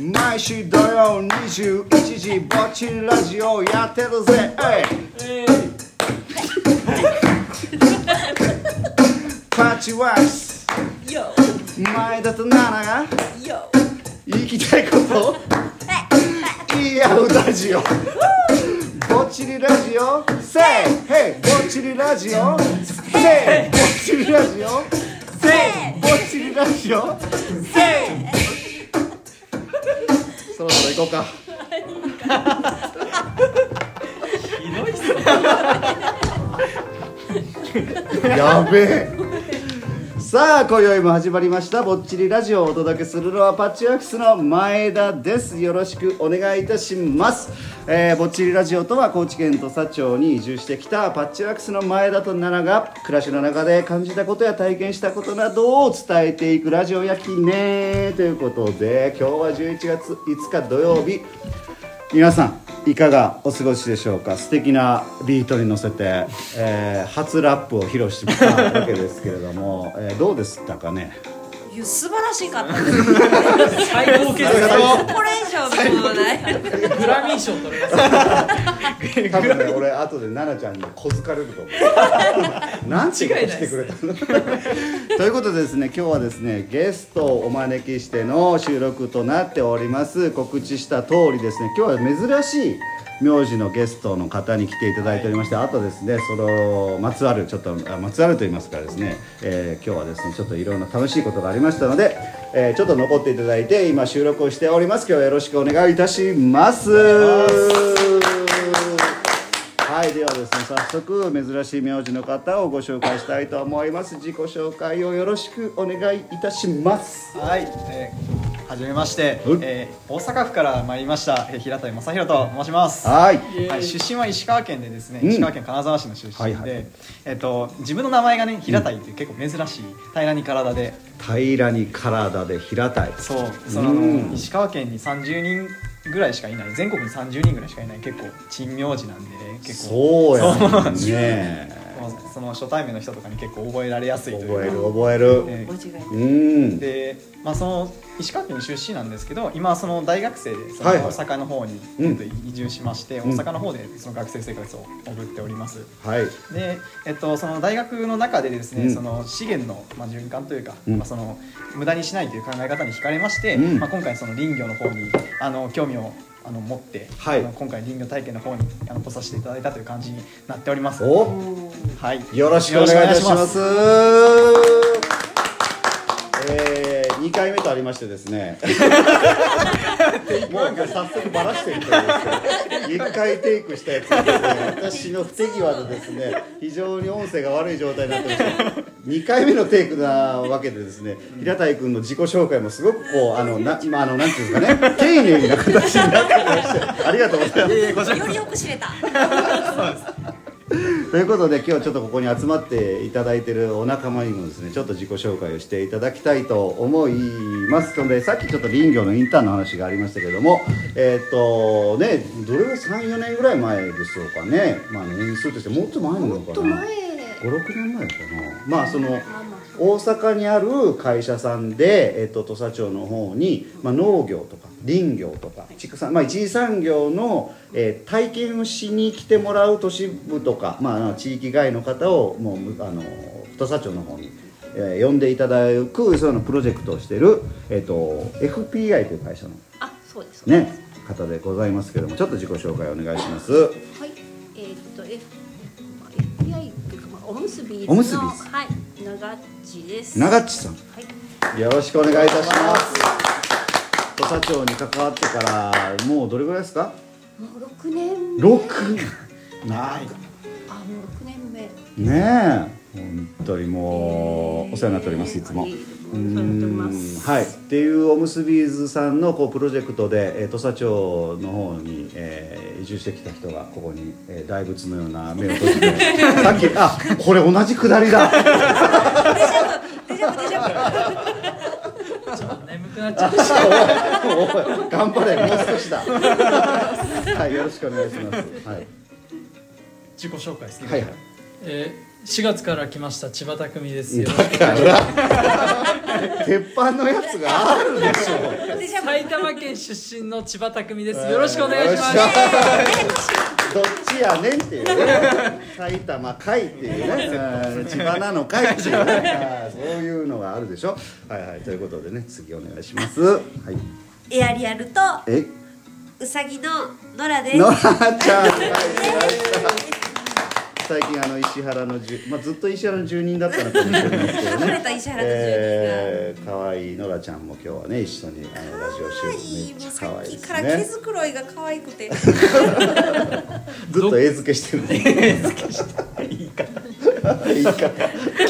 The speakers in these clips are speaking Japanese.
毎週土曜21時ぼっちラジオやってるぜ パッチワークス前田と奈々が言いきたいことを言い合うラジオぼっちりラジオ Say Hey ぼっちりラジオ Say ぼっちりラジオ Say ぼっちりラジオ Say そろそろ行こうかひどいっすやべえさあ今宵も始まりましたぼっちりラジオをお届けするのはパッチワークスの前田ですよろしくお願いいたします、えーぼっちりラジオとは高知県土佐町に移住してきたパッチワークスの前田と奈々が暮らしの中で感じたことや体験したことなどを伝えていくラジオやきねということで今日は11月5日土曜日皆さんいかがお過ごしでしょうか素敵なビートに乗せて、えー初ラップを披露してきたわけですけれども、えーどうでしたかねいや素晴らしかったです最高傑作これ以上のものないグラミー賞取れまし多分ね俺後で奈々ちゃんに小づかれると思うなんてことしてくれたの ということでですね今日はですねゲストをお招きしての収録となっております告知した通りですね今日は珍しい名字のゲストの方に来ていただいておりまして、あとですねそのまつわるちょっとあまつわると言いますからですね、えー今日はですねちょっといろんな楽しいことがありましたので、えーちょっと残っていただいて今収録をしております今日はよろしくお願いいたしますはいではですね早速珍しい名字の方をご紹介したいと思います自己紹介をよろしくお願いいたしますはい、えー、はじめましてうん、えー、大阪府から参りました、えー、平田正弘と申します。ははいい、出身は石川県でですね、うん石川県金沢市の出身で、はいはいえっ、と自分の名前がね平田っていう結構珍しい平らに体で、平らに体で平たいそうその、うん石川県に30人ぐらいしかいない、全国に30人ぐらいしかいない結構珍名字なんで結構。そうやねんね もうその初対面の人とかに結構覚えられやすいというか覚える覚えるえー間違いうんで、まあ、その石川県の出身なんですけど今はその大学生でそのはいはい大阪の方にうんえっと移住しまして、ん大阪の方でその学生生活を送っております。はいでえっと、その大学の中でですうね、んその資源の、まあ、循環というか、うんまあ、その無駄にしないという考え方に惹かれまして、うんまあ、今回その林業の方にあの興味をあの持って、はいあの今回林業体験の方にあの来させていただいたという感じになっております。おはい、よろしくお願いいたします。えー、2回目とありましてです ねもうもう早速バラしてるというんですけど1回テイクしたやつがですね私の不手際でですね非常に音声が悪い状態になってまして2回目のテイクなわけでですね平田井君の自己紹介もすごくこうあのなまああのなんていうんですかね丁寧な形になってましてありがとうございます。よりよく知れた ということで今日ちょっとここに集まっていただいてるお仲間にもですねちょっと自己紹介をしていただきたいと思いますのでさっきちょっと林業のインターンの話がありましたけどもえっ、とねどれが34年ぐらい前でしょうかねまあ年数としてもっと前なのかな56年前かなまあその大阪にある会社さんで、えっと土佐町の方に、まあ、農業とか林業とか畜産、まあ、一次産業の、えー体験をしに来てもらう都市部とか、まああの、地域外の方をもうあの土佐町の方に、えー呼んでいただくそういうのプロジェクトをしてる、えっと FPI という会社の、あ、そうです。ね、方でございますけどもちょっと自己紹介お願いします。はい。えーっと F、まあ FPI というかまあおむすびのおむすびですはい、長っちです。長地さんはい。よろしくお願いいたします。土佐町に関わってからもうどれぐらいですか？もう六年目。六。なあ、もう六年目。い。ねえ、本当にもうお世話になっておりますいつも。えーおう世話になっておりまんす。はい、っていうおむすびーずさんのこうプロジェクトで、えー土佐町の方に、えー移住してきた人がここに、えー大仏のような目を閉じ てさっきあこれ同じくだりだ 大丈夫大丈夫たちょっと眠くなっちゃっおい頑張れもう少しだはいよろしくお願いします、はい自己紹介ですね、はいはいえー、4月から来ました千葉匠ですよだから鉄板のやつがあるでしょデジャブ埼玉県出身の千葉匠ですよろしくお願いしますよっゃどっちやねんっていうね埼玉かいっていうねうん千葉なのかいっていうねはいそういうのがあるでしょはいはいということでね次お願いしますはいエアリアルとえウサギのノラですのらちゃん最近あの石原の住、まあ、ずっと石原の住人だったのかもしれないですけど晴ねれた石原の住人が、えー、かわいいのらちゃんも今日はね一緒にあのラジオ収可録め愛いっもちうゃかさわっいいきでかすら毛ねづくろいが可愛くてずっと絵付けしてるいいか言い方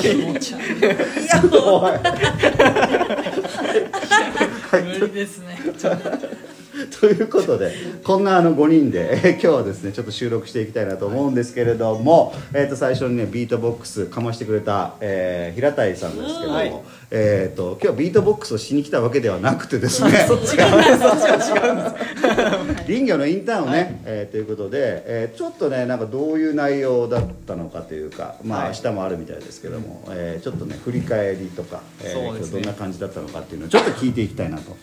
気持ち悪いいやもうおい無理ですね ということでこんなあの5人で、えー今日はですねちょっと収録していきたいなと思うんですけれども、えー、と最初にねビートボックスかましてくれた、えー平たいさんですけども、はいえー、と今日ビートボックスをしに来たわけではなくてです ね林業のインターンをね、えーということで、えーちょっとねなんかどういう内容だったのかというかまあはい明日もあるみたいですけども、えーちょっとね振り返りとか、えーそう今で日すどねんな感じだったのかっていうのをちょっと聞いていきたいなと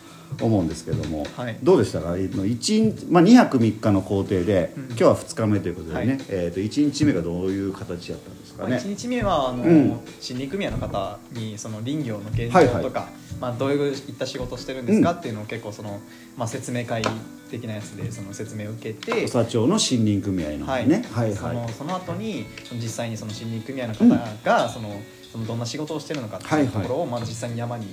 思うんですけども、はいどうでしたかえーの一日、まあ、2泊3日の行程で、今日は2日目ということでね、はいえー、と1日目がどういう形だったんですかまあ、ね1。日目はあの、うん新入組合の方にその林業の現はいは状いとか、まあ、どういういった仕事してるんですかうんっていうのを結構その、まあ、説明会的なやつでその説明を受けて土、佐町の森林組合のはいね、はいそはいのその後にその実際にその新入組合の方が、そのそのどんな仕事をしてるのかっていうところを、まあ、実際に山に、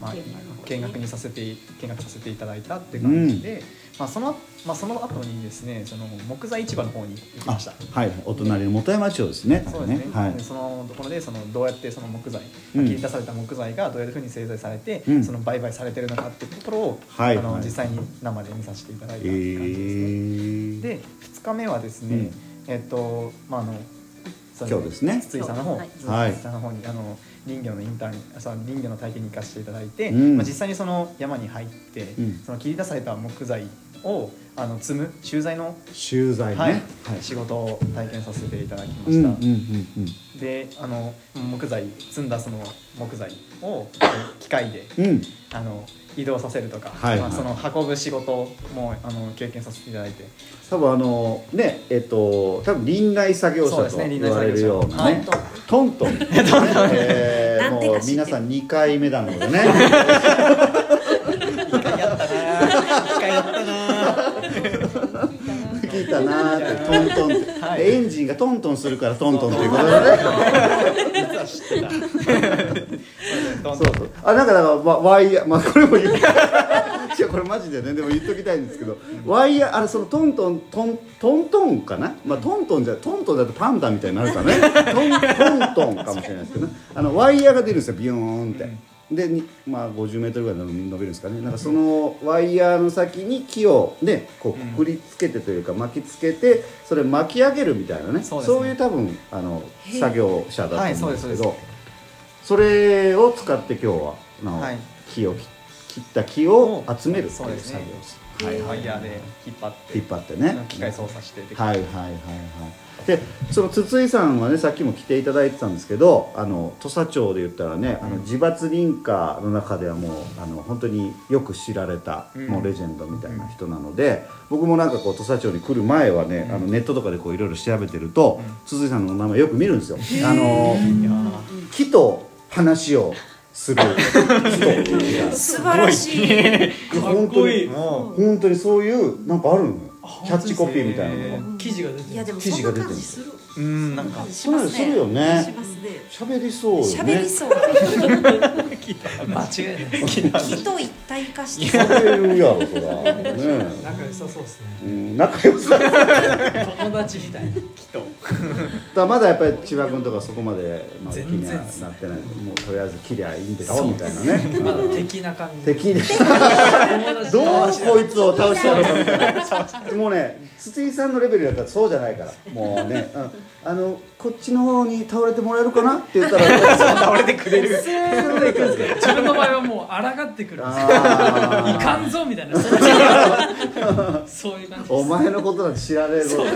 まあ見学、見学にさせて見学させていただいたっていう感じで、まあ、そのまあその後にですねその木材市場の方に行きあました。はい、お隣の本山町ですね。そうですねはいで、そのところでそのどうやってその木材、うん切り出された木材がどういうふうに製材されて、うんその売買されてるのかっていうところを、はいあのはい実際に生で見させていただえいたっていう感じですね。ー、で2日目はですね、うんえっとまああのその今日ですね筒井さんの方、はいはい筒井さんの方にあの林業のインターンあその林業の体験に行かせていただいて、うんまあ実際にその山に入って、うんその切り出された木材をあの積む集材の、修材ね。ははいい。仕事を体験させていただきまうんしうんうた。んうん。であの木材積んだその木材を機械でうん、あの移動させるとか、はいはいまあ、その運ぶ仕事もあの経験させていただい て多分あのねえっと多分林内作業そ者うですとね言林われ内る作業よ者うなねト ントンえーなんてもうか知ってる皆さん2回目なのでね一回やったなー一回やったなー聞いたなーってトントンって、はいでエンジンがトントンするからトントンということでね実は知ってたどんそうそうあなんかだからワワイヤーまあこれも言う いやこれマジでねでも言っときたいんですけどワイヤーあれそのトントントントントンかなまあトントンじゃトントンだとパンダみたいになるからねトントントンかもしれないですけどねあのワイヤーが出るんですよビヨーンって。でにまあ、50メートルぐらい伸びるんですかねなんかそのワイヤーの先に木を、ね、こうくくりつけてというか巻きつけてそれ巻き上げるみたいなねそそううですねいう多分あの作業者だと思うんですけはいそうですそうでど、すそれを使って今日はあの、はい木を切切った木を集めるってそういうです作ね業です、はいワイヤーで引っ張って引っ張ってね機械操作してではいはいはいはいでその筒井さんはねさっきも来ていただいてたんですけどあの土佐町で言ったらね、あの自伐林家の中ではもうあの本当によく知られた、うんもうレジェンドみたいな人なので、僕もなんかこう土佐町に来る前はね、あのネットとかでこういろいろ調べてると、うん筒井さんのお名前よく見るんですよ。あのいやー木と話をする人が素晴らしいかっこいい本も当に本当にそういうなんかあるのよキャッチコピーみたいなのがの記事が出ているやでも記そ事んが出てなる感じするうんなんかしますそうするよねしますね喋りそうよね喋りそう間違いない木と一体化してそう喋るやろそらね仲良さそうですねうん仲良さだか友達みたいならまだやっぱり千葉君とかそこまで、まあ、気全に然はなってないもうとりあえず切りゃいいんでしょみたいなまだね 敵な感じ敵で友達どうこいつを倒したのかみたいなもうね筒井さんのレベルだったらそうじゃないからもうね、うんあのこっちの方に倒れてもらえるかなって言ったら倒れてくれる自分の場合はもう抗ってくるんですよあーいかんぞみた いなそっちがそういう感じお前のことなんて知らねえぞで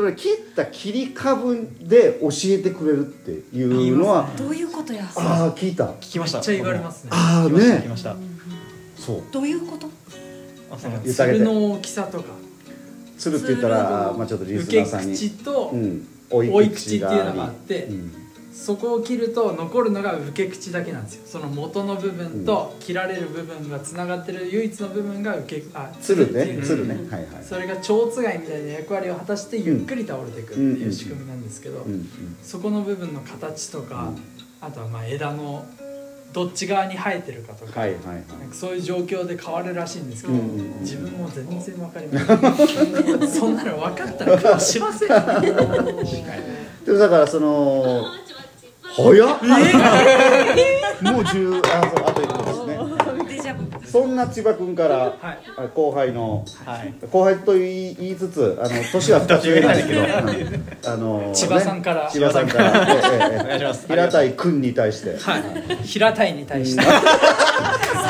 もね切った切り株で教えてくれるっていうのはどういうことやああ聞いた聞きましためっちゃ言われますねああ僕も聞きねました聞きそうどういうことましたあそう言ってあげて鶴の大きさとか鶴って言ったら、まあ、ちょっとリ受スナーさんけに口とうん、追追い口っていうのがありってうんそこを切ると残るのが受け口だけなんですよその元の部分と切られる部分がつながってる唯一の部分が受けあ鶴っていねう鶴ねはいはいそれが蝶つがいみたいな役割を果たしてゆっくり倒れていくっていう仕組みなんですけどうんうんそこの部分の形とかうんあとはまあ枝のどっち側に生えてるかとかはいはいはいなんかそういう状況で変わるらしいんですけど、うんうんうん自分も全然分かりません そんなの分かったら顔しませんでもだからその早っもう10あそうあと1個ですねデジャブそんな千葉君からはいあ後輩のはい後輩と言い言いつつあの年は2つ上なんですけど、うんあの千葉さんからね千葉さんからええええお願いします平たい君に対してはい、平たいに対して、余計なあ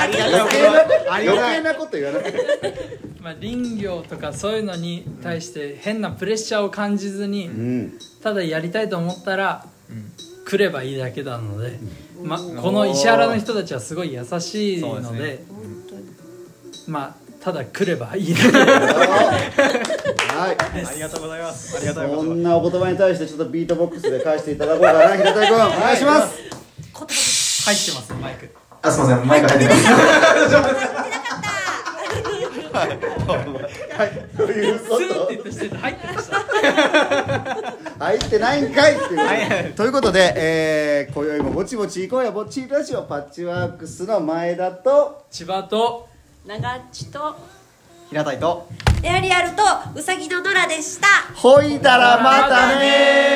り余がたい計なこと言わなくてまあ、林業とかそういうのに対して変なプレッシャーを感じずに、うんただやりたいと思ったらうん来ればいいだけなので、ま、この石原の人たちはすごい優しいのそでうです本当にまあただ来ればいいだけはいありがとうございますありがとうそございんなお言葉に対してちょっとビートボックスで返していただこうかな平たい君お願いします言葉です入ってますマイクますあすみませんマイク 入ってないはいというスこーとって言ったして入ってました入ってないんかいっていうことでということで、えー、今宵もぼちぼち行こうやぼっちラジオパッチワークスの前だと千葉と長っちと平たいとエアリアルとウサギのノラでしたほいだらまたねー